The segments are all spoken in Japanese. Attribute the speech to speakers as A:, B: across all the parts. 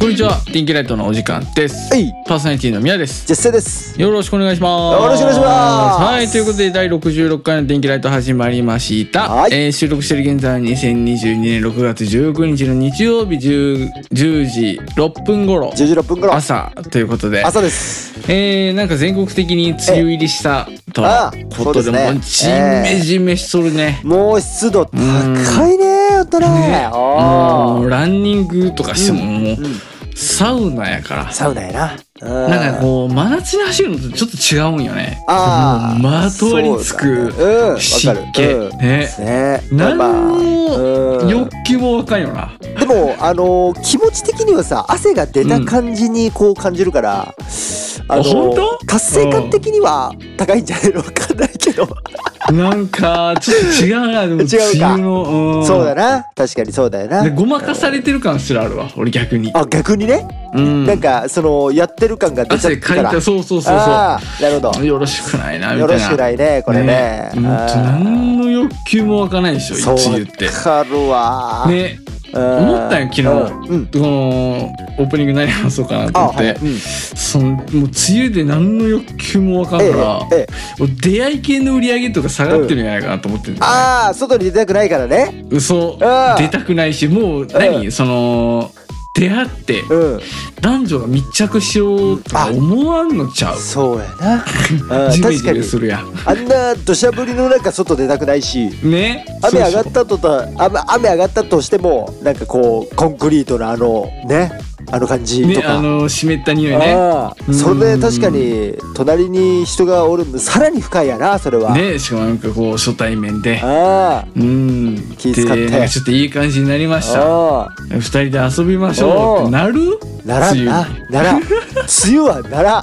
A: こんにちは電気ライトのお時間です
B: はい
A: パーソナリティの宮です
B: ジェッセです。
A: よろしくお願いします
B: よろしくお願いします
A: はいということで第66回の電気ライト始まりました、
B: はい
A: えー収録している現在は2022年6月19日の日曜日 10, 10時6分頃
B: 十時六分頃。
A: 朝ということで
B: 朝です。
A: えー、なんか全国的に梅雨入りしたと
B: ああ
A: のことで
B: そうですね
A: もうジメジメしとるね、
B: もう湿度高いね、やったね。
A: も
B: お
A: う
B: ー
A: ランニングとかしてももう
B: うん
A: サウナやから
B: サウナやな。う
A: なんかこう真夏に走るのとちょっと違うんよね
B: ああ、
A: もうまとわりつく
B: そうだねうん、わ
A: 湿気
B: かる。うん
A: ね
B: ね、
A: 何
B: まあ
A: の
B: うん
A: 欲求もわかんよな
B: でもあのー気持ち的にはさ汗が出た感じにこう感じるから、あのー
A: 本当
B: 活性感的には高いんじゃないのわかんないけど、
A: なんかちょっと違うなでも
B: 違う
A: 梅
B: か
A: 雨の、ん
B: そうだな確かにそうだよ
A: で
B: な
A: ごまかされてる感すらあるわ俺逆に
B: あ逆にね、
A: うん
B: なんかそのやってる感が出ちゃっ
A: 汗
B: て
A: か
B: か
A: い
B: ら
A: たそうそうそうそ
B: ああなるほ
A: う
B: ど
A: よろしくないなみたいな
B: よろしくないねこれね
A: もう何の欲求も湧かないでしょ
B: そう
A: 梅雨って
B: わかるわ、
A: ね思
B: 思
A: ったよ昨日
B: うん
A: このオープニング何話そうかなと
B: あ
A: 思っ
B: はい、
A: て
B: うん、
A: そのもう梅雨で何の欲求もわか
B: え
A: ん
B: え
A: から、
B: ええ
A: もう出会い系の売り上げとか下がってるんじゃないかなと思ってるんだよね
B: ああ外に出たくないからね
A: 嘘
B: あー
A: 出たくないしもう何、その出会って
B: うん
A: 男女が密着しようとか思わんのちゃう
B: そうや なうん
A: ジメ
B: 確
A: ジ
B: かに
A: メするやん
B: あんな土砂降りの中外出たくないし
A: ね
B: 雨上がっ
A: そう
B: たとた雨雨上がったとしてもなんかこうコンクリートのあのねあの感じ
A: でしょ
B: と
A: ねあ
B: か、
A: の湿った匂いね
B: あ
A: う
B: あ
A: ん
B: それで確かに隣に人がおるのさらに深いやなそれは、
A: ねしかもなんかこう初対面で
B: ああ
A: うん
B: 気遣って
A: でなんかちょっといい感じになりました
B: ああ
A: 二人で遊びましょうってなる
B: ならんな
A: 梅
B: ならん梅雨はならん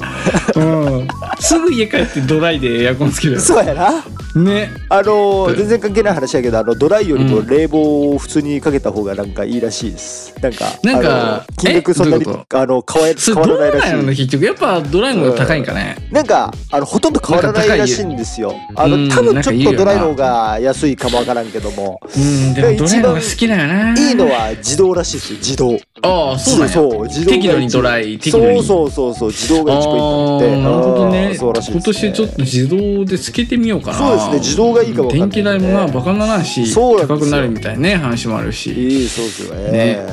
A: 雨うんすぐ家帰ってドライでエアコンつけるやろ
B: そうやな
A: ね
B: あの
A: うん
B: ー全然関係ない話やけどあのドライよりも
A: うん
B: 冷房を普通にかけた方がなんかいいらしいですなんか
A: なんか
B: あのー金額
A: え
B: そんなに
A: どういうこ
B: あの変わ
A: そ
B: 変
A: れど
B: わ
A: う
B: らない
A: なんやろ
B: ら
A: ね
B: しい
A: 結局やっぱドライの方が高いんかね
B: なんかあのほとんど変わらないらしいんですよあの多
A: うん
B: 分ちょっ
A: なんかいいよ
B: と
A: な
B: ドライの方が安いかもわからんけども
A: うんでもドライの方が好きだよない
B: いいのは自動らしいですよ自動
A: ああそうなんや
B: そう自動が
A: 適度にドライ適度に
B: そうそうそうそう自動
A: あ
B: が一番いいんだって
A: ーなるほど
B: あ
A: ね
B: ーそうらしい
A: 今
B: ですね
A: 年ちょっと自動でつけてみようかな
B: そうですね自動がいいかもわかんな
A: 電
B: い
A: 気代もなバカならんし
B: そうなんです
A: 高
B: よ
A: くなるみたいね話もあるし
B: いいそうですよね
A: ね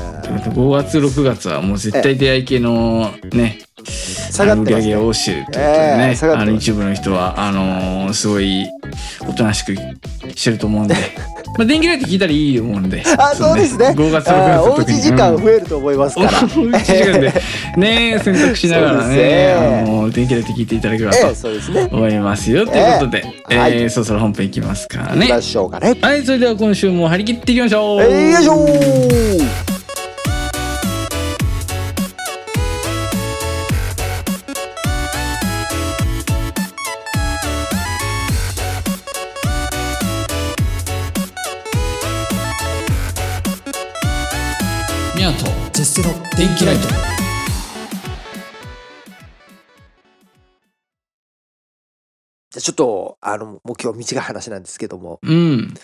A: 5月6月はもう絶対出会い系のね
B: 下がってま
A: 売り上
B: すね
A: げ欧州ということでね、
B: ええ下がってます
A: あの一部の人はあのーすごいおとなしくしてると思うん でまあ電気ライト聞いたらいいと思うんで
B: あそうですね
A: 5月6
B: あー
A: 月
B: おう
A: 特に
B: ち時間
A: うん
B: 増えると思いますから
A: おうち時間でね選択しながら
B: そう
A: ね
B: です
A: あ
B: ね
A: のー電気ライト聞いていただければ
B: ええ
A: と
B: そうですね
A: 思いますよ、ということで、え
B: ええはい
A: ーそろそろ本編いきますから
B: 行き
A: ね
B: ましょうかね
A: はいそれでは今週も張り切っていきましょう、
B: えいよいしょ
A: ミヤと
B: ジェスの
A: 電気ライト
B: じゃあちょっとあのもう今日道が話なんですけども
A: うん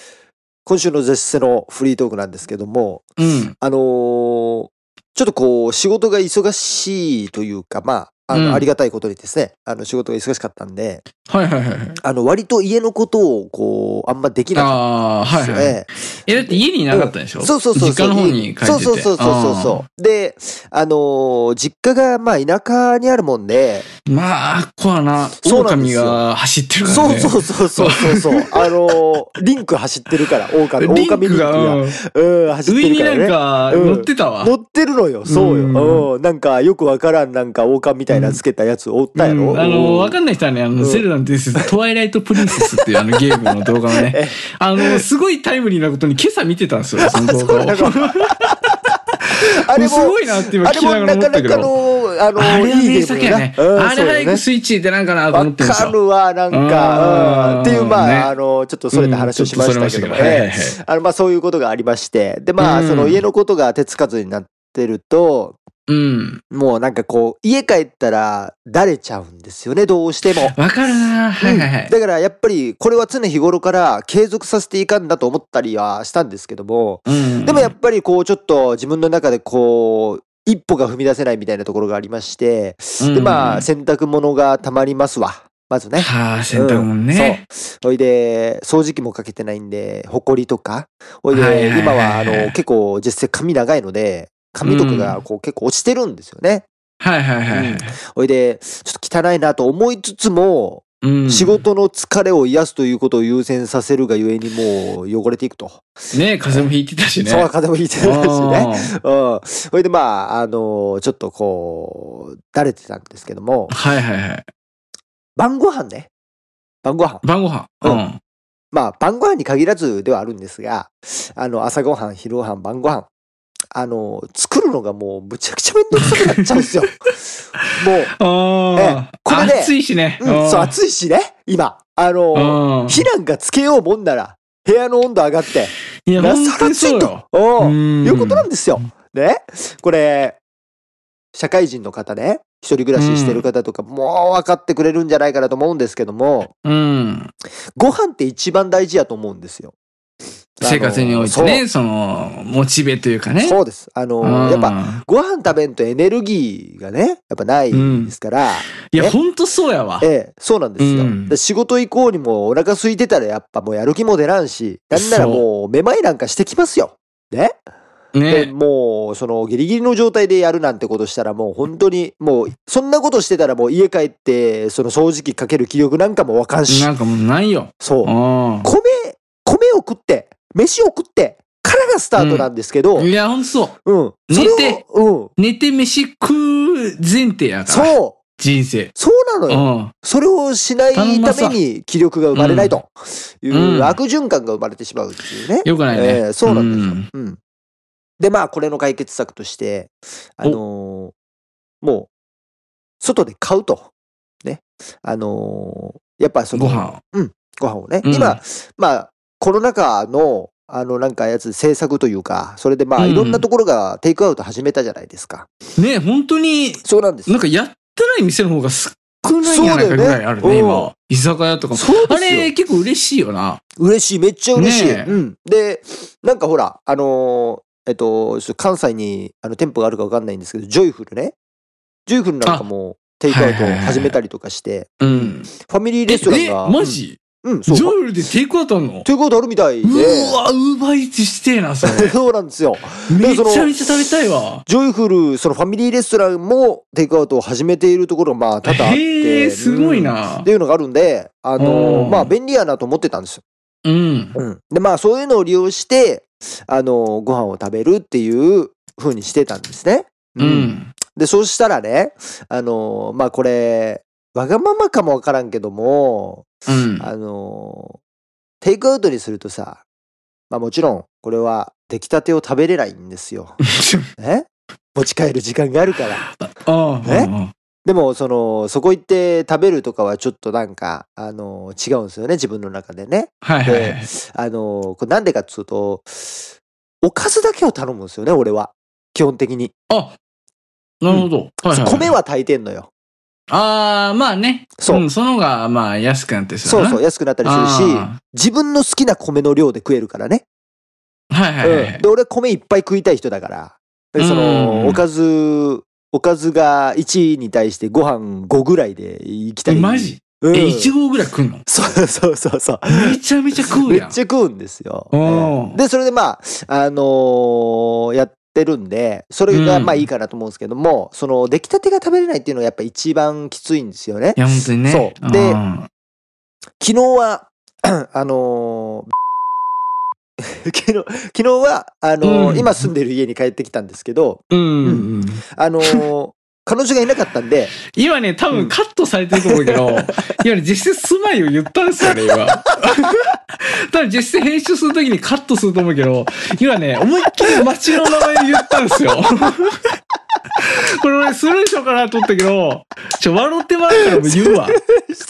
B: 今週の絶世のフリートークなんですけども
A: うん
B: あのーちょっとこう仕事が忙しいというかまああ
A: う
B: の、
A: ん
B: ありがたいことにですねあの仕事が忙しかったんで
A: はいはいはいはい
B: あの割と家のことをこうあんまできなかっ
A: ああ
B: たん
A: は
B: です
A: い
B: よ
A: はい、えだ
B: ね。
A: って家にいなかったでしょ、
B: そうそうそう
A: 実
B: そう。
A: 家の方に帰ってて
B: そうそうそうそうそうそう。で、あのー実家がまあ田舎にあるもんで、
A: うんまああっこはな
B: そうなんで
A: 狼
B: すよ
A: が走ってるから
B: そう
A: ね
B: そうそうそうそうそう。あのーリンク走ってるから、狼、狼
A: リ
B: リ
A: ン
B: ン
A: ク
B: ク
A: が
B: が。
A: うん
B: うん、走って
A: 上に
B: るか
A: な
B: ら
A: ん
B: ね。
A: か
B: うん
A: 乗ってたわ、
B: 乗ってるのよ、そう
A: うん
B: よ。うん、なんかよくわからん、なんか狼みたいなつけたやつおったやろ。
A: うんあのわ
B: ん
A: かんない人はね「あ
B: う
A: の
B: ん
A: ゼルダの伝 説トワイライト・プリンセス」っていうあのゲームの動画をねあのすごいタイムリーなことに今朝見てたんですよその動画を
B: あそう あれ
A: すご
B: も、
A: いなって今
B: あ
A: 聞
B: れ
A: き
B: も
A: ながら
B: な
A: 思
B: か
A: った
B: な
A: け
B: か
A: ど
B: の、あの、
A: あれはい
B: いゲ
A: 名
B: ー
A: 作
B: ム
A: や
B: や
A: ね
B: なうん
A: あれ
B: そう
A: 早
B: よね
A: くスイッチ出なんかなと思
B: わ
A: ってるんです
B: か
A: よ
B: るわ、なん
A: う
B: か、
A: ん
B: うん。っていう、まあ、
A: ね
B: あの、ちょっとそれで話をしましたけども、
A: うんちょっとそれま
B: え
A: し
B: え
A: たけど
B: あの、まあ、そういうことがありまして、で、ま
A: う
B: あ、
A: ん
B: その家のことが手つかずになってると、
A: うん
B: もうなんかこう、家帰ったら、だれちゃうんですよね、どうしても。
A: わかるなはいはいは
B: うん
A: い
B: だからやっぱりこれは常日頃から継続させていかんだと思ったりはしたんですけども、
A: うん
B: でもやっぱりこうちょっと自分の中でこう一歩が踏み出せないみたいなところがありまして、
A: うん
B: で、まあ、洗濯物が溜まりますわ。まずね。
A: はあ、洗濯物ね。
B: そう。ほいで、掃除機もかけてないんで、ほこりとか。ほい
A: はいはいはいは
B: で、
A: い
B: 今は、あの、結構、実際髪長いので、髪とかがこう結構落ちてるんですよね。
A: はいはいはいはい。
B: ほいで、ちょっと汚いなと思いつつも、
A: うん
B: 仕事の疲れを癒すということを優先させるがゆえにもう汚れていくと。
A: ね風もひいてたしね。
B: そう、風邪もひいてるんですよね。
A: あ
B: うん。それでまあ、あのちょっとこう、だれてたんですけども
A: ー、はいはいはい。
B: 晩ご飯ね。晩ご飯。
A: 晩ご飯。
B: う
A: うんん。
B: まあ、晩ご飯に限らずではあるんですが、あの、朝ご飯、昼ご飯、晩ご飯。あの作るのがもうむちゃくちゃめんどくさくなっちゃうん ですよ。もう、
A: ああ。
B: これで
A: 暑いしね。
B: うん、そう、
A: ん
B: 暑いしね、今。あの
A: うん
B: 避難がつけようもんなら、部屋の温度上がって、
A: いや、
B: な
A: 本
B: さ
A: 当
B: ら
A: に
B: つい
A: そう
B: と
A: よ。。
B: うん
A: ん
B: いうことなんですよ。ね。これ、社会人の方ね、一人暮らししてる方とか、もう分かってくれるんじゃないかなと思うんですけども、
A: うん。
B: ご飯って一番大事やと思うんですよ。
A: 生活においてね、その、モチベというか
B: あの。そ
A: ね。
B: うそうです。あの、
A: うん
B: やっぱ、、ご飯食べんとエネルギーがね、やっぱないですから、
A: い
B: ね
A: や、ほんとそうやわ。
B: ええ、そうなんですよ。
A: うん
B: で仕事行こうにもお腹空いてたらやっぱもうやる気も出らんし、なんならもうめまいなんかしてきますよ。ね。で
A: ね。
B: もうそのギリギリの状態でやるなんてことしたらもう本当にもうそんなことしてたらもう家帰ってその掃除機かける気力なんかもわかんし
A: な。んかもうないよ。
B: そう
A: う。ん。
B: 米、米を食って、飯を食って、からがスタートなんですけど、うん。
A: いや、ほんとそう。
B: それを
A: 寝て
B: うん。
A: 寝て飯食う前提やから。
B: そう。
A: 人生。
B: そうなの
A: う
B: よ。
A: ん。
B: それをしないために気力が生まれないとい
A: うんう
B: うん悪循環が生まれてしまうっていうね。
A: よくないね。
B: えーそうなんですよ。
A: うん
B: うんで、まあ、これの解決策として、あのーもう、外で買うと。ね。あのーやっぱその、
A: ご飯。
B: ご飯をね。
A: うん
B: 今、まあ、コロナ禍の、あの、なんかやつ、政策というか、それでまあ、
A: うん
B: いろんなところがテイクアウト始めたじゃないですか。
A: ね、本当に、
B: そうなんです
A: な
B: よ
A: ん。かやってない店の方が少ないんじゃないかぐらいあるね、
B: そうだよね
A: 今は。居酒屋とかも。
B: そうで
A: あ
B: すよ
A: れ、結構嬉しいよな。
B: 嬉しい、めっちゃ嬉しい。
A: ねえ
B: うん。で、なんかほら、あのーえっと、ちょっと関西にあの店舗があるかわかんないんですけど、ジョイフルね。ジョイフルなんかもテイクアウトを始めたりとかして、
A: うん。
B: ファミリー
A: え、
B: レストランが。
A: えマジ
B: うんうん、
A: ジ
B: そう。
A: ョ
B: と
A: イルでテイクアウトあんの
B: いうことあるみたいで。
A: うわ、ウーバーイーツしてえな、 それ。
B: そうなんですよ。
A: めち
B: その
A: ゃめちゃ食べたいわ。
B: ジョイフル、そのファミリーレストランもテイクアウトを始めているところがまあ多々あって。
A: へえ、すごい
B: うん
A: な
B: って。いうのがあるんで、あのー
A: うん
B: まあ便利やなと思ってたんですよ。
A: うん。
B: うん。で、まあそういうのを利用して、あのーご飯を食べるっていう風にしてたんですね。
A: う。ん。
B: で、そうしたらね、あのーまあこれ、わがままかもわからんけども、
A: うん。
B: あのーテイクアウトにするとさ、まあもちろん、これは出来たてを食べれないんですよ。ね持ち帰る時間があるから。
A: ああ。
B: え
A: うん
B: でもそのそこ行って食べるとかはちょっとなんかあの違うんですよね自分の中でね。
A: はいはいはい。
B: あのこれなんでかっつうとおかずだけを頼むんですよね俺は基本的に、
A: あなるほど。はいはい
B: 米は炊いてんのよ
A: ああ、まあね。
B: そう
A: うんその方が、まあ、安くなってるし
B: そうそう
A: う。
B: 安くなったりするし
A: あ
B: 自分の好きな米の量で食えるからね、
A: あはいはいは
B: うん、
A: い。
B: で俺は米いっぱい食いたい人だからでそ
A: うん
B: のおかずおかずが1に対してご飯5ぐらいでいきた
A: え
B: い
A: マジ
B: うん
A: え、1合ぐらい食うの
B: そうそうそうそう
A: めちゃめちゃ食う
B: めっち
A: や
B: ゃ
A: ん。
B: 食うんですよ。え
A: うん
B: ーで、それでまあ、あのーやってるんで、それが
A: うん
B: まあいいかなと思うんですけども、その出来たてが食べれないっていうのがやっぱ一番きついんですよね
A: い。や、本当にね。
B: そうで
A: ん
B: 昨日は、 あのー 昨日、昨日は、あのー
A: うん
B: 今住んでる家に帰ってきたんですけど、
A: うんうん。
B: あの ー彼女がいなかったんで、
A: 今ね、多分カットされてると思うけど、今ね、実質住まいを言ったんですよね、今。多分実質編集するときにカットすると思うけど、今ね、思いっきり街の名前言ったんですよ。これ俺スルーしようかなと思ったけど、ちょ、笑ってまうからもう言うわ。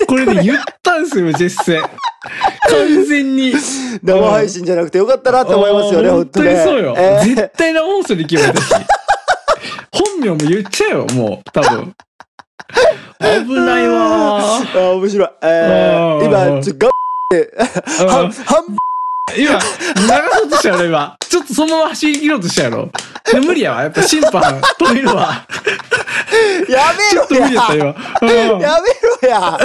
A: これね、言ったんですよ、今実質。完全に。
B: 生配信じゃなくてよかったなって思いますよね、
A: あー
B: 本当ね。
A: にそうよ。
B: えー
A: 絶対生放送できる私。本名も言っちゃうよ、もう、多分。危ない わー
B: あー面白い。えー
A: うん
B: 今、ちょっとが、
A: うん
B: 半、半
A: 今、流そうとしたやろ、今。ちょっとそのまま走り切ろうとしたやろ。で無理やわ。やっぱ審判止めるわ。
B: や
A: ちょっと
B: め
A: 無
B: ろ
A: 理やった、
B: や
A: 今。うん
B: や めろや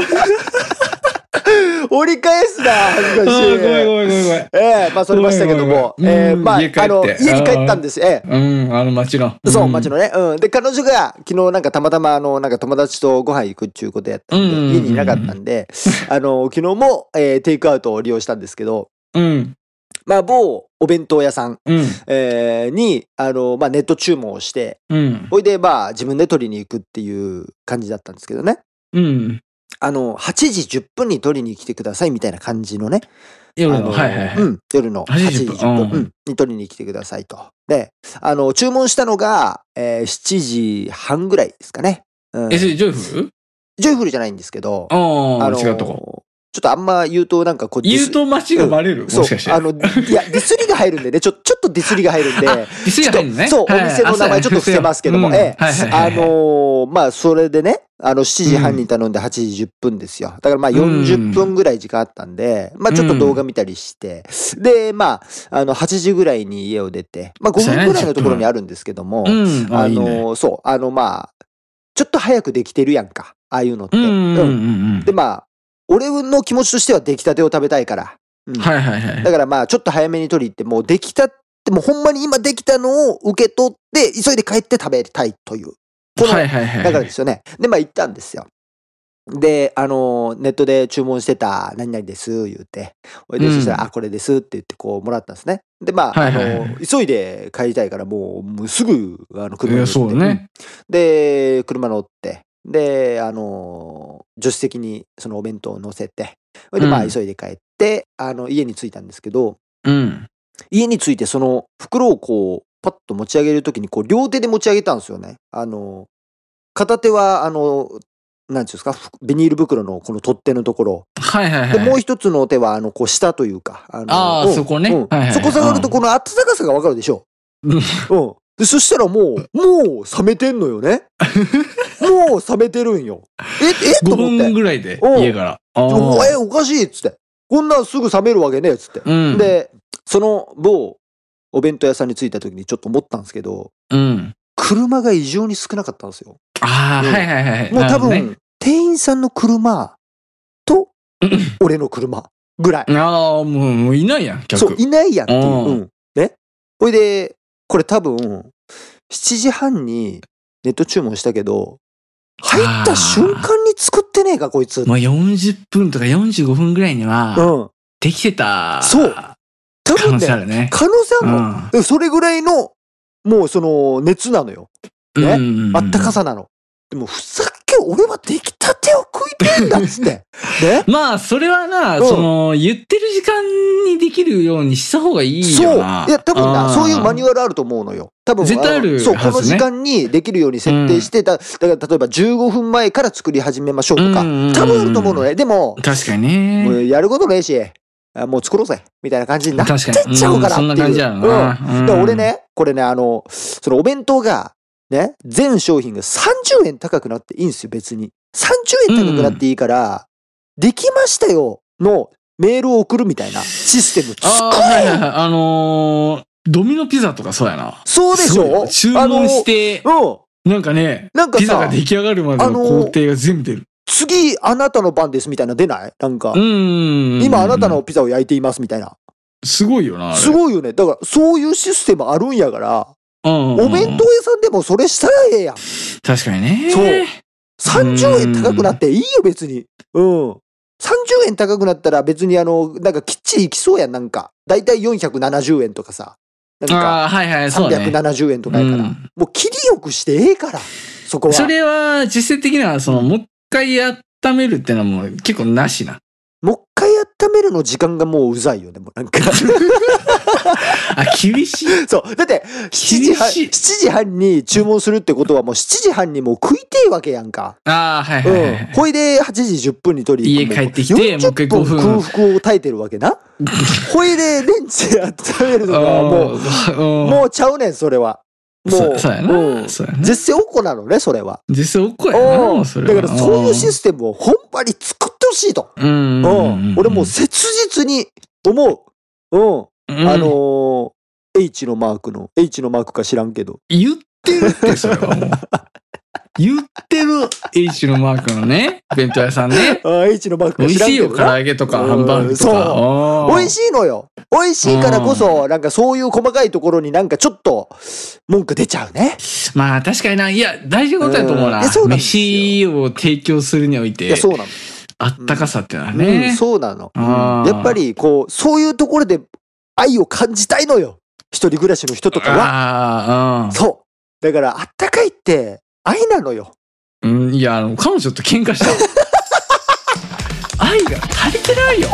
B: 折り返すな恥ずかし
A: あーごめん
B: い
A: ごめんごめんごめん。
B: ええまあそれましたけども、
A: ごめんごめん
B: ええ
A: うん
B: まああ
A: 家帰って
B: の家に帰ったんですええ
A: うん、あの街の。
B: そう、
A: ん
B: 町のね。うん。で、彼女が、昨日なんかたまたま、あの、なんか友達とご飯行くっちゅうことやったんで、
A: うんうんうん
B: 家にいなかったん で、あの、昨日も、えーテイクアウトを利用したんですけど、
A: うん、
B: まあ、某お弁当屋さん、
A: うん、
B: えーに、あの、まあ、ネット注文をして、
A: うん、
B: ほいで、まあ、自分で取りに行くっていう感じだったんですけどね。
A: うん。
B: あの、8時10分に取りに来てくださいみたいな感じのね。
A: 夜
B: あ
A: の、
B: の
A: はいはいはい。
B: うん、夜の8
A: 8
B: 時
A: 時
B: 10
A: 10
B: 分、
A: 分
B: うんに取りに来てくださいと。で、あの、注文したのが、えー7時半ぐらいですかね。うん、
A: え、そ
B: ジ
A: れジョイフル
B: ョイフルじゃないんですけど、
A: ああ、
B: の
A: 違うとこ。
B: ちょっとあんま言うとなんかこうディ
A: 言
B: ス
A: うと街がバレる、も
B: そう
A: しかして。
B: あのいやディスりが入るんでねちょちょっとディスりが入るんで
A: ディス
B: ちょ
A: が入
B: っと
A: るのね。
B: そう
A: はい
B: お店の名前ちょっと伏せますけども
A: うん
B: ええ
A: はいはいは
B: あ
A: いはい
B: のーまあそれでねあの7時半に頼んで8時10分ですよだからまあ40分ぐらい時間あったんで、まあちょっと動画見たりして、でまああの8時ぐらいに家を出てまあ5分ぐらいのところにあるんですけども、
A: うん、あ
B: あ
A: いい
B: の
A: ね
B: ーそうあのまあちょっと早くできてるやんかああいうのって、
A: うんうんうんうん
B: でまあ俺の気持ちとしては出来たてを食べたいから、うん
A: はいはいはい
B: だ。からまあちょっと早めに取り行ってもうできたってもうほんまに今できたのを受け取って急いで帰って食べたいというこの
A: は
B: だ
A: いはいはい。
B: からですよ ねでまあ行ったんですよであのネットで注文してた「何々です」言うてほいで
A: うん
B: そしたら「あこれです」って言ってこうもらったんですねでまあ
A: は
B: あ
A: いはいはい
B: の急いで帰りたいからもうもうすぐあの車
A: い
B: に乗
A: や、
B: って
A: そうね。
B: で、車乗って、で、あの、助手席にそのお弁当を乗せて、それで、まあ、
A: うん
B: 急いで帰って、あの、家に着いたんですけど、
A: うん。
B: 家に着いて、その袋をこう、パッと持ち上げるときに、こう、両手で持ち上げたんですよね。あの、片手は、あの、なんていうんですか、ふビニール袋のこの取っ手のところ。
A: はいはい
B: で、
A: はい。
B: もう一つの手は、あの、こう、下というか、あの、
A: ああ
B: うん
A: そこね
B: うん
A: はいはいはい
B: そこ触ると、この暖かさがわかるでしょ。
A: うん
B: うん。で、そしたら もう、もう冷めてんのよね。もう冷めてるんよ。え、え
A: 5
B: と思って
A: 分。ぐらいで、
B: うん
A: 家から。あ
B: おえ、
A: ー
B: おかしいっつって。こんなんすぐ冷めるわけねえっつって。
A: うん。
B: で、その某お弁当屋さんに着いた時にちょっと思ったんですけど、
A: うん。
B: 車が異常に少なかったんですよ。
A: ああ、
B: うん
A: はいはいはい。
B: もう
A: な
B: 多
A: るほどね
B: 分、店員さんの車 と
A: うん、
B: 俺の車ぐらい。
A: ああ、もう、もういないやん、客。
B: そう、いないやんっていう。
A: うん
B: うん。ね。ほいで、これ多分、7時半にネット注文したけど、入った瞬間に作ってねえか、こいつ。うん。
A: もう40分とか45分ぐらいには、
B: 多
A: できてた。
B: そう
A: 可
B: 分
A: 能性あ
B: ね、
A: るね。
B: 可能性
A: う
B: あるの。
A: ん。
B: でもそれぐらいの、もうその、熱なのよ。ね
A: うん
B: あったか。さなの。でも、ふざけ、俺は出来たてを食いたいんだっつ って。ね
A: まあ、それはな、
B: うん
A: その、言ってる時間にできるようにした方がいい
B: そう。い
A: よな。
B: や、多分な、そういうマニ
A: ュ
B: ュアルあると思うのよ。多分
A: 絶対ある
B: のそう、こ
A: は
B: の
A: ずね
B: 時間にできるように設定して、だだから例えば15分前から作り始めましょうとか
A: うんうんうんう、ん
B: 多分あると思うのね。でも、
A: 確かに
B: も
A: ね。
B: うやることねえし、あもう作ろうぜ、みたいな感じになっ
A: 確
B: て
A: か
B: っ
A: に。
B: ちゃうからっていう。
A: んそんな感じやろ
B: うん
A: な。うん
B: だから俺。ね、これね、あの、そのお弁当が、ね、全商品が30円高くなっていいんですよ、別に。30円高くなっていいから、できましたよのメールを送るみたいなシステム作
A: ああ、はいはいはい。あのー、ドミノピザとかそうやな。
B: そうでし
A: すごい
B: ょ
A: よ注文し。て
B: あ、の
A: なんかね、
B: うん。なんか
A: ピザが
B: さ、
A: 出来上がるまで
B: あ
A: の
B: のー
A: 工程が全部出る。
B: 次あなたの番ですみたいなの出ないなんか
A: う、ん。
B: 今あなたの。ピザを焼いていますみたいな。
A: すごいよな、あれ
B: すごいよね。だからそういうシステムあるんやから、
A: うんうんうん
B: お弁当屋さんでもそれしたらええやん。
A: 確かにね。
B: そう30円高くなっていいよ、別に。うん。30円高くなったら別にあの、なんかきっちりいきそうやん、なんか。だいたい470円とかさ。なんか、
A: ああ、はいはい、そうだね。
B: 370円とかやから。
A: うん
B: もう切りよくしてええから、そこは。
A: それは、実践的な、その、もう一回温めるってのはもう結構なしな。
B: もう一回温めるの時間がもううざいよね、もうな んか。
A: あ、厳 しい。
B: そう。だって、7時半、
A: 厳しい
B: 7時半に注文するってことはもう7時半にもう食いてえわけやんか。
A: ああ、はいは
B: う
A: いはいは
B: ん。
A: い。
B: ほいで、8時10分に取りに行く
A: 家帰ってきてもう一回
B: 40
A: 5分
B: 空腹を耐えてるわけな。ほいで、レンジで温め るのがもう、
A: う
B: もうちゃうねん、それは。も、
A: そううそうや
B: うん
A: な。そうやな。
B: 絶世おこなのね、それは。
A: 実際おっこやな、
B: う
A: も
B: ん
A: うそ
B: だ
A: れ
B: か
A: は。
B: らそういうシ
A: ス
B: ステムをほんまに作ってほしいと。
A: テム。うん
B: う
A: うんうん
B: ん。。俺もう切実に思う。うん。
A: うん
B: あのー H のマークの、H のマークか知らんけど。
A: 言ってるって、それは もう。言ってる H のマークのね、弁当屋さんね。
B: あー H のマーク
A: 美味
B: か知らん
A: しい
B: けど
A: よ、
B: な。
A: 唐揚げとかハンバーグとか。おー
B: 美味しいのよ。美味しいからこそ、なんかそういう細かいところになんかちょっと文句出ちゃうね。
A: まあ確かにな、いや、大事なことやと思う
B: う
A: な。
B: んいやそうなんですよ
A: 飯を提供するにおい
B: い
A: て
B: や、、そうなの。
A: あったかさってのは
B: う
A: ね
B: ん、。そうなの。うん
A: あー
B: やっぱり、こう、そういうところで愛を感じたいのよ。一人暮らしの人とかは。
A: ああ、
B: そう。だから、あったかいって愛なのよ。
A: うん。うんいや、あの、彼女と喧嘩した わ。愛が足りてないよ。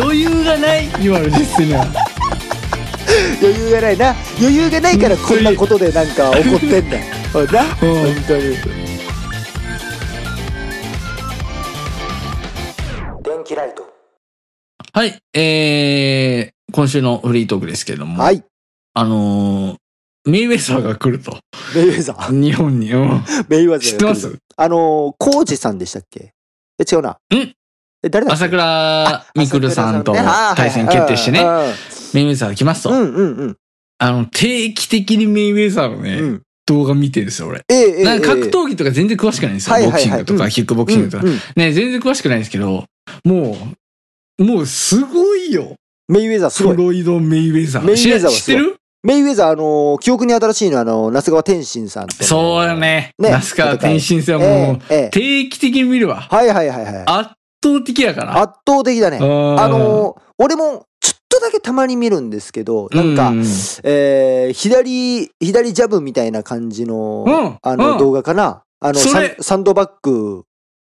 A: 余裕がない、今の実践には。
B: 余裕がないな。余裕がないからこんなことでなんか怒ってんだよ。そうだ。
A: うん
B: 本当に。電気ライト。
A: はい、えー、今週のフリートークですけれども、
B: はい。
A: あのーメイウェザーが来ると。
B: メイウェザー。
A: 日本に。 うん
B: メイウェザーが来る。
A: 知ってます
B: あのー、コウジさんでしたっけえ、違うな。
A: ん
B: え、誰だっけ
A: 朝倉未来さんと
B: 朝
A: 対
B: 倉
A: 戦
B: ね
A: 決定してね、
B: あーはい
A: メイウェザーが来ますと。
B: うんうんうんうん。
A: あの、定期的にメイウェザーのね、
B: うん
A: 動画見てるんですよ、俺。
B: ええええ
A: なんか格
B: え
A: 闘技とか全然詳しくないんですよ。
B: はいはいはい
A: ボクシングと
B: う
A: か、
B: ん
A: キックボク
B: え
A: シングとか。
B: うんうん
A: ね、全然詳しくないんですけど、もう、もうすごいよ。
B: メイウェザーすご
A: フ
B: い。
A: ロイド・メイウェザー。
B: メイウェザーは
A: 知知って
B: す
A: る
B: メイウェザー、あのー、記憶に新しいのは、あのー、那須川天心さんとの。
A: そうよね。
B: ね
A: 那須川天心戦
B: え
A: は
B: え。
A: もう、
B: ええ
A: 定期的に見るわ。
B: はいはいはいはい。
A: 圧倒的やから。
B: 圧倒的だね。
A: あ
B: あのー、俺も、ちょっとだけたまに見るんですけど、なんか、えー左、左ジャブみたいな感じの、
A: うん
B: あの、
A: うん
B: 動画かな。あの
A: そ
B: サ
A: れ
B: ン、サンドバッグ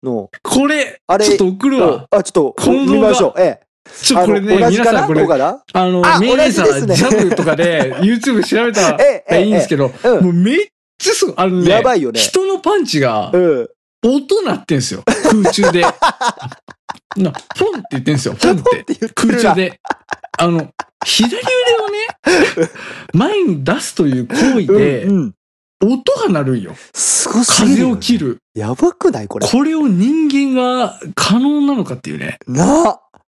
B: の、
A: これ、
B: あれ
A: ちょっと送るわ。
B: あ、ちょっと、
A: この動画
B: 見ましょう。ええ。
A: ちょっとこれね、
B: あの同じ
A: 皆
B: か
A: さ
B: なん
A: こ
B: ど
A: れ
B: う、かな
A: あの、
B: あ
A: メイウェザー、
B: 同じです
A: ジ
B: ね
A: ャブとかで YouTube 調べた
B: え え、え
A: ら
B: え、
A: いいんですけど、
B: ええ
A: もうめっちゃすごい。あのね、
B: やばいよね。
A: 人のパンチが
B: うん。
A: 音鳴ってんすよ。空中で。 な、ポンって言ってんすよ。ポンって。
B: って言って
A: 空
B: るな
A: 中。で。あの、左腕をね、 前に出すという行為で
B: う、んうん。
A: 音が鳴るんよ。
B: すごすぎる
A: 風
B: よね
A: を切る。
B: やばくないこれ。
A: これを人間が可能なのかっていうね。
B: な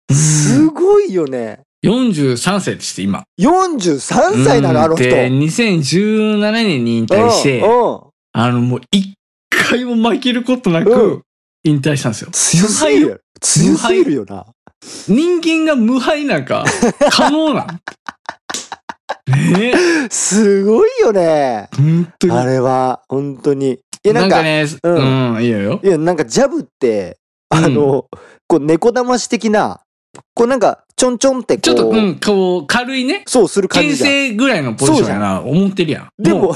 B: あ。すごいよね。
A: 43歳でして、今。
B: 43歳なの、あの人。
A: うんで、2017年に引退して、
B: うんうん
A: あの、もう一回も負けることな
B: う
A: く、引退したんですよ。
B: 強すぎる。強すぎるよな。
A: 人間が無敗なん か、可能なん。ねえ、
B: すごいよね。
A: 本当に。
B: あれは、本当に。いや、
A: な
B: なんん
A: か
B: か、
A: ね、
B: うん
A: うん、いいよよ
B: い。や、なんかジャブって、
A: うん
B: あの、こう、猫騙し的な、こうなんか、ちょんちょんってこ
A: ちょ
B: う、
A: っと、うん、こう、軽いね。
B: そうする感
A: 牽
B: じじゃん。
A: 制ぐらいのポジションやな、思ってるやん。
B: でも、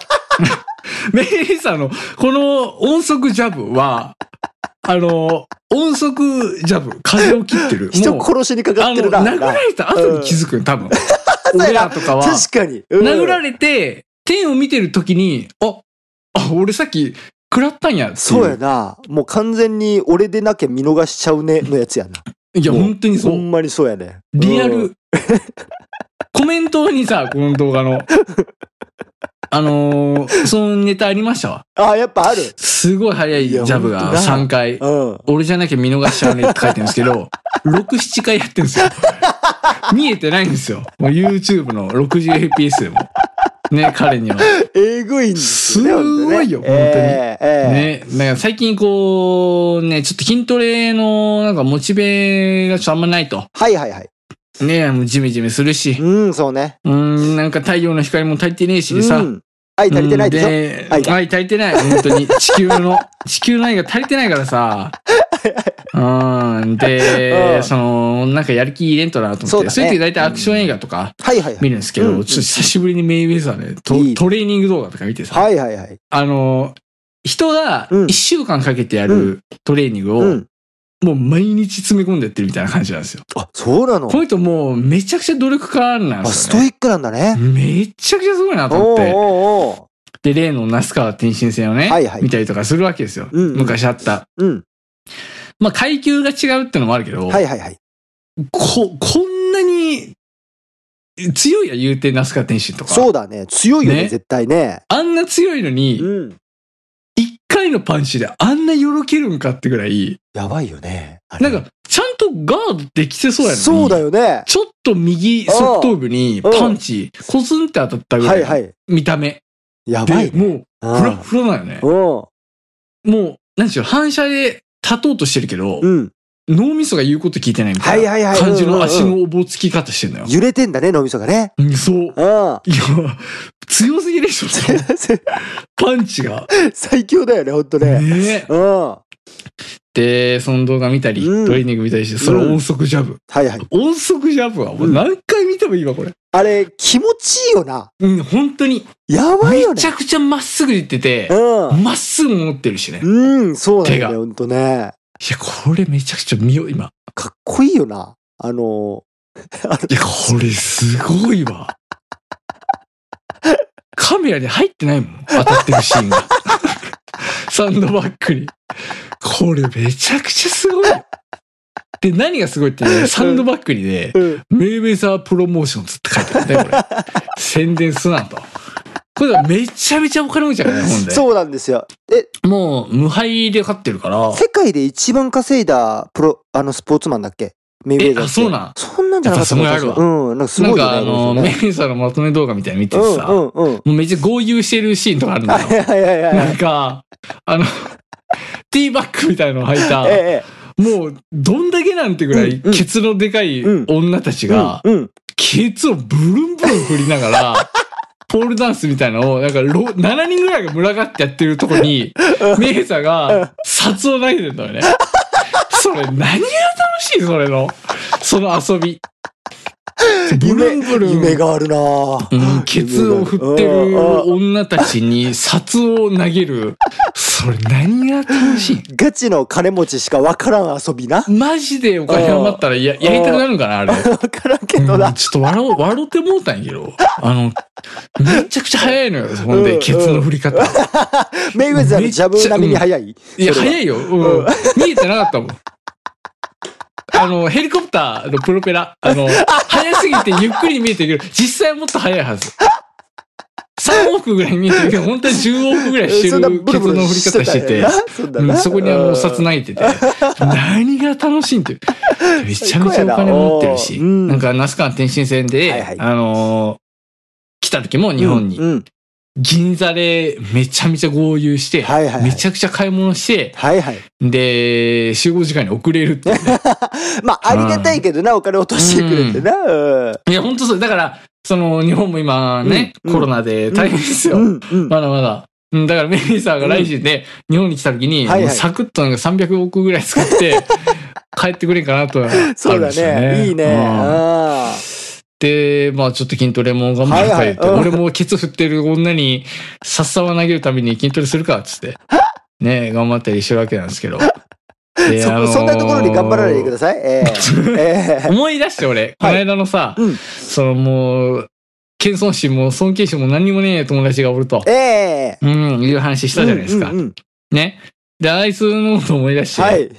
A: メイさんの、この音速ジャブは、あの、音速ジャブ、風を切ってる。
B: 人
A: もう
B: 殺しにかか
A: あ
B: っ
A: の、
B: てるな。
A: 殴られた後に気づくよ、多分。
B: うん
A: 俺らとかは、
B: 確かに。うん
A: 殴られて、天を見てる時に、あ、あ、俺さっき、食らったんやっていう。
B: そうやな。もう完全に俺でなきゃ見逃しちゃ うねのやつやな。
A: いや、
B: もう
A: 本当にそ
B: ほ
A: う。
B: んまにそうやね。
A: リア
B: うん
A: ル。。コメントにさ、この動画 の。あのーそのネタありましたわ。
B: あ、やっぱある。
A: すごい速いジャブ
B: いや
A: が
B: 本当だ
A: 3回。
B: うん。
A: 俺じゃなきゃ見逃しちゃうねって書いてるんですけ ど、6、7回やってるんですよ。見えてないんですよ。もう YouTube の 60fps でも。ね、彼には。
B: えぐいんですよ
A: す
B: ね。
A: ごいよ
B: 本当にねええええ
A: ね、なんか最近こう、ね、ちょっと筋トレのなんかモチベがちょっとあんまないと。
B: はいはいはい。
A: ね、もうジメジメするし、
B: うん、そうね。
A: うん、なんか太陽の光も足りてねえしさ。
B: うん。愛足りてないでしょ、
A: で
B: 愛
A: 愛
B: が
A: 足りてない。本当に。地球の、 地球の愛が足りてないからさ。うん。
B: う
A: で、
B: ん
A: その、なんかやる気入れんとなと
B: そ
A: 思
B: う
A: っ
B: だ
A: て。
B: ね
A: そういう時大体アクション映画とか
B: はいはいは
A: 見
B: い。
A: るんですけど、
B: うんうん
A: ちょっと久しぶりにメイウェザーで、ト
B: いい
A: トレーニング動画とか見てさ、
B: はいはいはい。
A: あの、人が
B: うん
A: 1週間かけてや
B: う
A: るトレーニングを、
B: うん。
A: もう毎日詰め込んでやってるみたいな感じなんですよ。
B: あ、そうなの
A: こ。の人もうめちゃくちゃ努力家なん
B: あ、
A: です
B: ス
A: よ、
B: ト
A: ね。
B: イックなんだね。
A: めちゃくちゃすごいなと思っ
B: おう
A: て。
B: おうお
A: で、例の那須川天心戦をね、
B: はいはい
A: 見たりとかするわけですよ。
B: うんうん
A: 昔あった。
B: う。うん。
A: まあ、階級が違うってのもあるけど、
B: はいはいはい。
A: こ、こんなに強いや言うて、那須川天心とか。
B: そうだね。強いよね、
A: ね
B: 絶対ね。
A: あんな強いのに、
B: うん。
A: 一回のパンチであんなよろけるんかってぐらい、
B: やばいよね。あれ
A: なんか、ちゃんとガードできてそうやのに
B: そうだよね。
A: ちょっと右側頭部にパンチ、コツンって当たったぐ
B: は
A: らい
B: い
A: の
B: はい。
A: 見た目。
B: やば
A: で、
B: いね。
A: もう、フラ
B: うん
A: フラだよね。
B: うん。
A: もう、なんちゅうの、反射で立とうとしてるけど、
B: うん。
A: 脳みそが言うこと聞いてないみた
B: はいい
A: な
B: はいはい。
A: 感じ
B: うんう
A: の
B: んうん
A: 足のおぼつき方してんのよ。
B: 揺れてんだね、脳みそがね。
A: うんそう。
B: うん。
A: いや、強すぎでしょ、そのパンチが。
B: 最強だよね、ほんとね。
A: ねえ。
B: うん。は
A: で、その動画見たり、
B: うん
A: トレーニング見たりして、それ音速ジャブ。
B: いはい。
A: 音速ジャブは、もううん何回見てもいいわ、これ。
B: あれ、気持ちいいよな。
A: うん、本当に。
B: やばいよ
A: め
B: ね
A: ち。ゃくちゃまっすぐ言ってて、まっすぐ持ってるしね。い
B: うん。うん、そうなんだ
A: 手が
B: よね、ほんとね。
A: や、これめちゃくちゃ見よう、今。
B: かっこいいよな。あの、
A: いや、これすごいわ。カメラに入ってないもん。当たってるシーンが。サンドバッグに。これめちゃくちゃすごいよ。で、何がすごいってね、サンドバッグにね、
B: うん。
A: メイウェザープロモーションズって書いてあるね、これ。宣伝すなんと。これだからめちゃめちゃお金持ちやからね、本で。
B: そうなんですよ。え、
A: もう、無敗で勝ってるから。
B: 世界で一番稼いだプロ、あの、スポーツマンだっけメイウェザ
A: え
B: ーって
A: あそうなん
B: そんなんじゃなかった
A: やっぱそんぐらいある
B: うん、なんかす
A: な
B: ご
A: ん
B: いよ
A: か、
B: ね。
A: あの、
B: こ
A: メイ
B: 人
A: ウェザーのまとめ動画みたいなの見てて
B: ね
A: さ、
B: うん、うん、うん。
A: もうめっちゃ合流してるシーン とかあるんだよ
B: は。いはいはいはいは
A: ないん。か、あの、ティーバッグみたいなの履いた、
B: え
A: もう、どんだけなんてぐらい、
B: うんうん
A: ケツのでかい女たち
B: え。
A: が、
B: うん、うん。
A: ケツをブルンブルン振りなが ら、ポールダンスみたいなのを、なんか、ろ7人ぐらいが群がってやってるとこに、メイさんが、札を投げてんだよね。それ、何が楽しいそれの。その遊び。ブルンブルン。
B: 夢があるなぁ
A: うん、ケツを振って
B: うん
A: る
B: うん
A: 女たちに札を投げる。それ何が楽しい
B: ガチの金持ちしかわからん遊びな。
A: マジでお金余ったらややりたくなるんかなあれ。
B: わからんけど
A: うん
B: な。
A: ちょっと笑おう、笑ってもうたんやけど。あの、めちゃくちゃ早いのよ。ほん
B: うんう
A: で、
B: ん
A: ケツの振り方。
B: メイウェザーのジャブ並みに速い。
A: いや、
B: それは
A: 早いよ。う。
B: うん
A: 見えてなかっ たもん。あの、ヘリコプターのプロペラ。あの、早すぎてゆっくり見えてるけど、実際はもっと早いはず。3億ぐらい見えてるけど、本当は10億ぐらいして
B: そんな
A: る
B: ブ
A: ケ
B: ル
A: ツ
B: ブ
A: の
B: ル
A: 振り方してて
B: たんや。な そんな
A: う、
B: なん
A: そこにあの、お札投げてて。何が楽しいんって。めちゃめちゃお金持ってるし。
B: 最高やなうん
A: なんか、ナスカの天津線で、
B: はいはい
A: あのー来た時も日本に、
B: うんうん
A: 銀座でめちゃめちゃ合流して、
B: はいはいはい
A: めちゃくちゃ買い物して、
B: はいはい。
A: で、集合時間に遅れる っていうね、
B: まあ、ありがたいけどな、お金落としてくれてな。うん
A: いや、ほんとそう。だから、その、日本も今ね、
B: うん
A: コロナで大変ですよ。
B: うんうん
A: まだまだ。うんだからメリーさんが来週で日本に来た時に、
B: はいはい
A: もうサクッとなんか300億ぐらい使って、 帰ってくれんかなとは、
B: そうだね。いいね。
A: うん
B: あ
A: で、まあちょっと筋トレも頑張るか言って、
B: はいはいうん
A: 俺もケツ振ってる女に、さっさは投げるために筋トレするか、つ って。ね、頑張ったりしてるわけなんですけど。であのー
B: そそんなところに頑張らないでください。ええええ
A: 思い出して俺、この間のさ、
B: うん
A: そのもう、謙遜心も尊敬心も何にもねえ友達がおると、
B: ええ
A: うん、いう話したじゃないですか。
B: うんうんうん
A: ね。で、あいつのこと思い出して、
B: はい。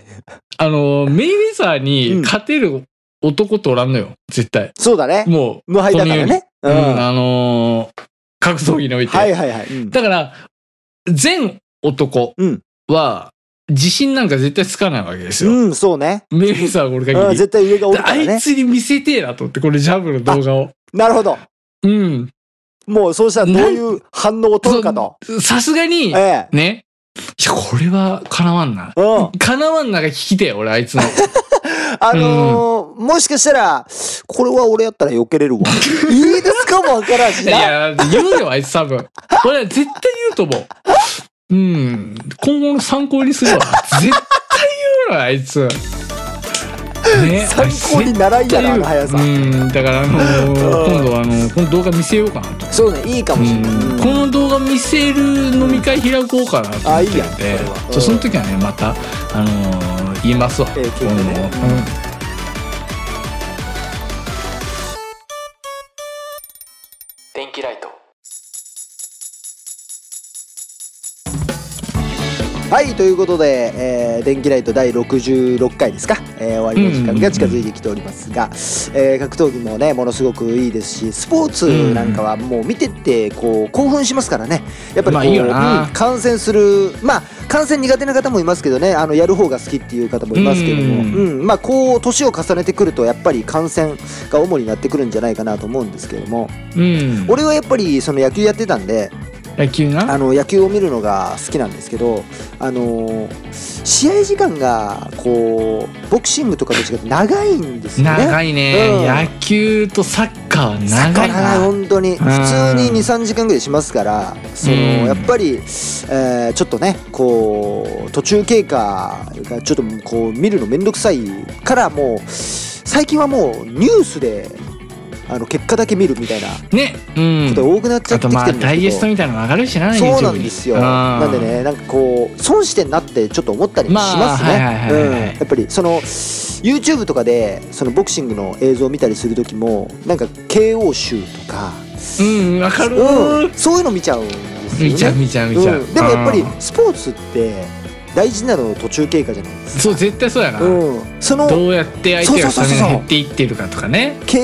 A: あの、メイウェザーに勝てる男とおらんのよ、絶対。
B: そうだね。
A: も
B: 無敗だからね。
A: う、
B: う
A: うんん、
B: は
A: あのー格闘技におい
B: い
A: て。
B: はいはい。うん
A: だから、全男
B: うん
A: は、自信なんか絶対つかないわけですよ。
B: うん、そうね。
A: メイウェザーがおる限
B: うん
A: り。
B: 絶対上がおる
A: で
B: か
A: あ
B: ら
A: い
B: ね。
A: つに見せてえなと思って、これジャブの動画を。
B: なるほど。
A: うん。
B: もうそうしたらどういう反応を取るかと。
A: さすがに、
B: ええ
A: ね。いや、これは叶わんな。
B: うん。
A: 叶わんなが聞きてえ、俺、あい つの。
B: あのーもしかしたら、これは俺やったら避 けれるわ。いいですかもわからんし
A: い
B: な。
A: や、言うよ、あいつ多分。俺、絶対言うと思う。うん。今後の参考にするわ。絶対言うのよ、あいつ。ね
B: 参考にならんやな、あの速さ
A: う。ん、だからあのー
B: うん
A: 今度はあのーこの動画見せようかなと。
B: そうね、いいか
A: う
B: もしれない。
A: ん、この動画見せる飲み会開こうかなと思
B: あ
A: っ
B: い
A: て
B: い
A: る
B: や
A: んで
B: それはうん
A: ちょその時はねまた、あのー言いますわ、
B: ええ聞いてね
A: 今度うん
C: 電気ライト
B: はいということで、えー電気ライト第66回ですか、えー終わりの時間が近づいてきておりますが、えー格闘技もねものすごくいいですしスポーツなんかはもう見ててこう興奮しますからねやっぱりこう、
A: まあいいよな
B: うん観戦するまあ観戦苦手な方もいますけどねあのやる方が好きっていう方もいますけども、
A: うん
B: うんまあこう年を重ねてくるとやっぱり観戦が主になってくるんじゃないかなと思うんですけども
A: うん。
B: 俺はやっぱりその野球やってたんで
A: 野球な。
B: あの野球を見るのが好きなんですけど、あのー試合時間がこうボクシングとかと違って長いんですよね。
A: 長いね、
B: うん
A: 野球とサッカーは
B: サッカ
A: 長
B: ー
A: い
B: 長い
A: な。
B: 本当に普通に23時間ぐらいしますからその
A: うん
B: やっぱり、えーちょっとねこう途中経過がちょっとこう見るの面倒くさいからもう最近はもうニュースであの結果だけ見るみたいな
A: ね。うん
B: こ。とが多くなっちゃ
A: あ
B: って
A: と
B: きて
A: まあ
B: るんですけど、
A: ダイエストみたいなのも上がるしな、
B: そうな
A: YouTube
B: ん
A: に
B: ですよ
A: う
B: なんでねなんかこう損してんなってちょっと思ったりも
A: まあ
B: します
A: はいはい
B: ね
A: は
B: う
A: い
B: ん
A: はい
B: やっぱりその YouTube とかでそのボクシングの映像を見たりする時もなんか KO 集とか、
A: うん、わかる。
B: うん、そういうの見ちゃうんですよね
A: 見ちゃう見ちゃう見ちゃう。
B: うんでもやっぱり
A: うん
B: スポーツって大事なの途中経過じゃないですか
A: そう、絶対そうやな。
B: うん、その
A: どうやって相手が
B: そ
A: ス
B: うそう
A: タミ
B: そうそう
A: ナ減っていってるかとかね
B: KO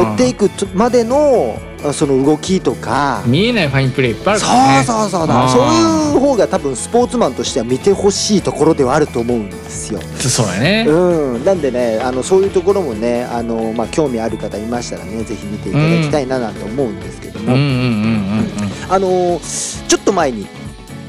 B: に持っていくとまでのあその動きとか
A: 見えないファインプレーいっぱいある
B: そ
A: からね
B: うそうそう
A: あー
B: だそういう方が多分スポーツマンとしては見てほしいところではあると思うんですよ。
A: そうだね
B: うん、なんでねあのそういうところもねあの、まあ、興味ある方いましたらねぜひ見ていただきたいななんて思うんですけど
A: うんう
B: も、
A: んうんうんうん
B: あのちょっと前に、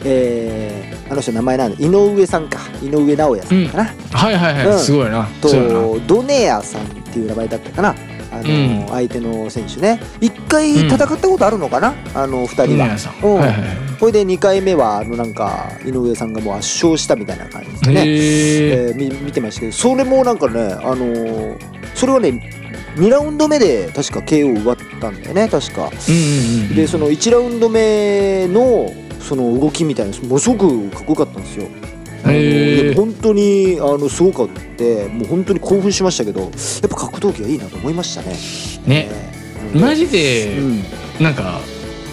B: えーあの人名前なんで井上さんか井上尚弥さんかな、
A: はいはいはい、
B: うん
A: すごいなそうやな
B: とドネアさんっていう名前だったかな。あ
A: う
B: の
A: ん
B: 相手の選手ね一回戦ったことあるのかな、あの二人
A: 稲
B: は
A: 谷さん、
B: うん
A: はいはい
B: これで2回目はあのなんか井上さんがもう圧勝したみたいな感じで
A: へ
B: ね、
A: え
B: えーみ見てましたけどそれもなんかね、あのーそれはね2ラウンド目で確か KO を奪ったんだよね確か
A: うんうんうん
B: でその1ラウンド目のその動きみたいなものすごくかっこよかったんですよあの
A: へー
B: いや本当にあのすごかってもう本当に興奮しましたけどやっぱ格闘技はいいなと思いましたね
A: ね
B: うん
A: マジで
B: うん
A: なんか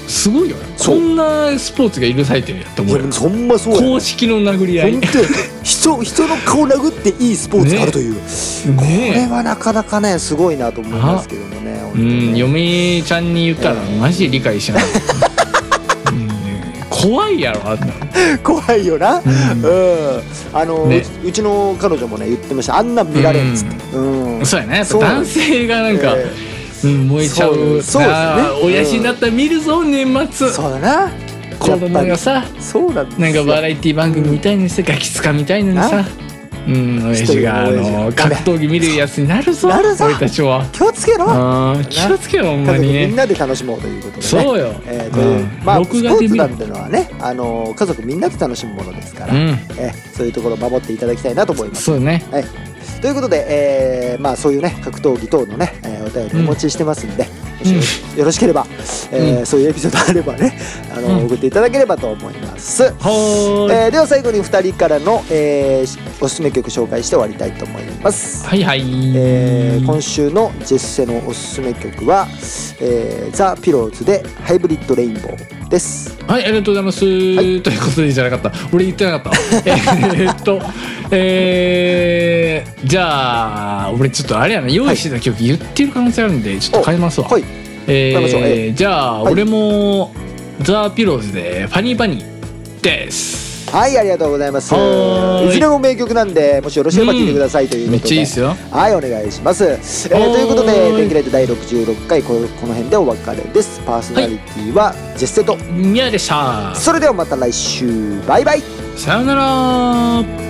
A: すごいよな
B: そう
A: こんなスポーツが許されてるやって
B: い
A: 思うよ
B: やそんまそうやな
A: 公式の殴り合い
B: 本当よ人人の顔殴っていいスポーツがあるという、これ
A: ね
B: はなかなかねすごいなと思いますけども
A: え
B: ね本
A: う
B: 当に
A: ん
B: ね
A: 嫁ちゃんに言ったらマジで理解しない、うんね怖いやろあんなの
B: 怖いよな、うんあの
A: ね
B: うちうちの彼女もね言ってましたあんなん見られんっつって、うん
A: そうやねやっぱ
B: そう
A: 男性がなんか、
B: え
A: うん、燃えちゃう
B: そうそうですね
A: なあ
B: うん
A: 親父になったら見るぞ年末
B: ーそうだな
A: 子供がさ
B: そうなんです
A: なんか
B: よ
A: バラエティ番組みたいにしてガキつかみたいのにさうん親父があ
B: 一人の
A: の
B: 親父が
A: 格闘技見るやつになるぞ
B: なるぞ
A: 俺たちは
B: 気をつけろ家
A: あー気をつけよほんま
B: 族
A: に
B: みん
A: ね
B: なで楽しもうということでね
A: そうよ
B: えーという
A: うん
B: まあスポ
A: 録画で
B: ーツ
A: 見る
B: なんてのはねあの家族みんなで楽しむものですから、
A: うん
B: えーそういうところを守っていただきたいなと思います
A: そうね
B: ということで、えーまあ、そういうね格闘技等のね、えーお便りお持ちしてますんで、
A: うん
B: もしよろしければ、えー
A: う
B: そういうエピソードあればねあの、
A: うん
B: 送っていただければと思います、
A: はーい
B: えーでは最後に2人からの、えーおすすめ曲紹介して終わりたいと思います、
A: はいはい
B: えー今週のジェッセのおすすめ曲は「えー、ザ・ピローズで「ハイブリッド・レインボー」です
A: はいありがとうございますということでじゃなかった俺言ってなかったえーっとえーじゃあ俺ちょっとあれやな用意してた曲言ってる可能性あるんでちょっと変えますわ
B: はい
A: え
B: 参りましょうえ
A: ー、じゃあ、
B: はい
A: 俺もザ・ピローズでファニーバニーです
B: はいありがとうございます
A: はーい
B: いずれも名曲なんでもしよろしければ聴いてくださいということで、
A: めっちゃいいですよ
B: はい、お願いします。えーと
A: はーい
B: いうことで、電気ライト第66回こ、この辺でお別れです。パーソナリティはジェステと、
A: ミヤでした
B: それではまた来週、バイバイ
A: さようなら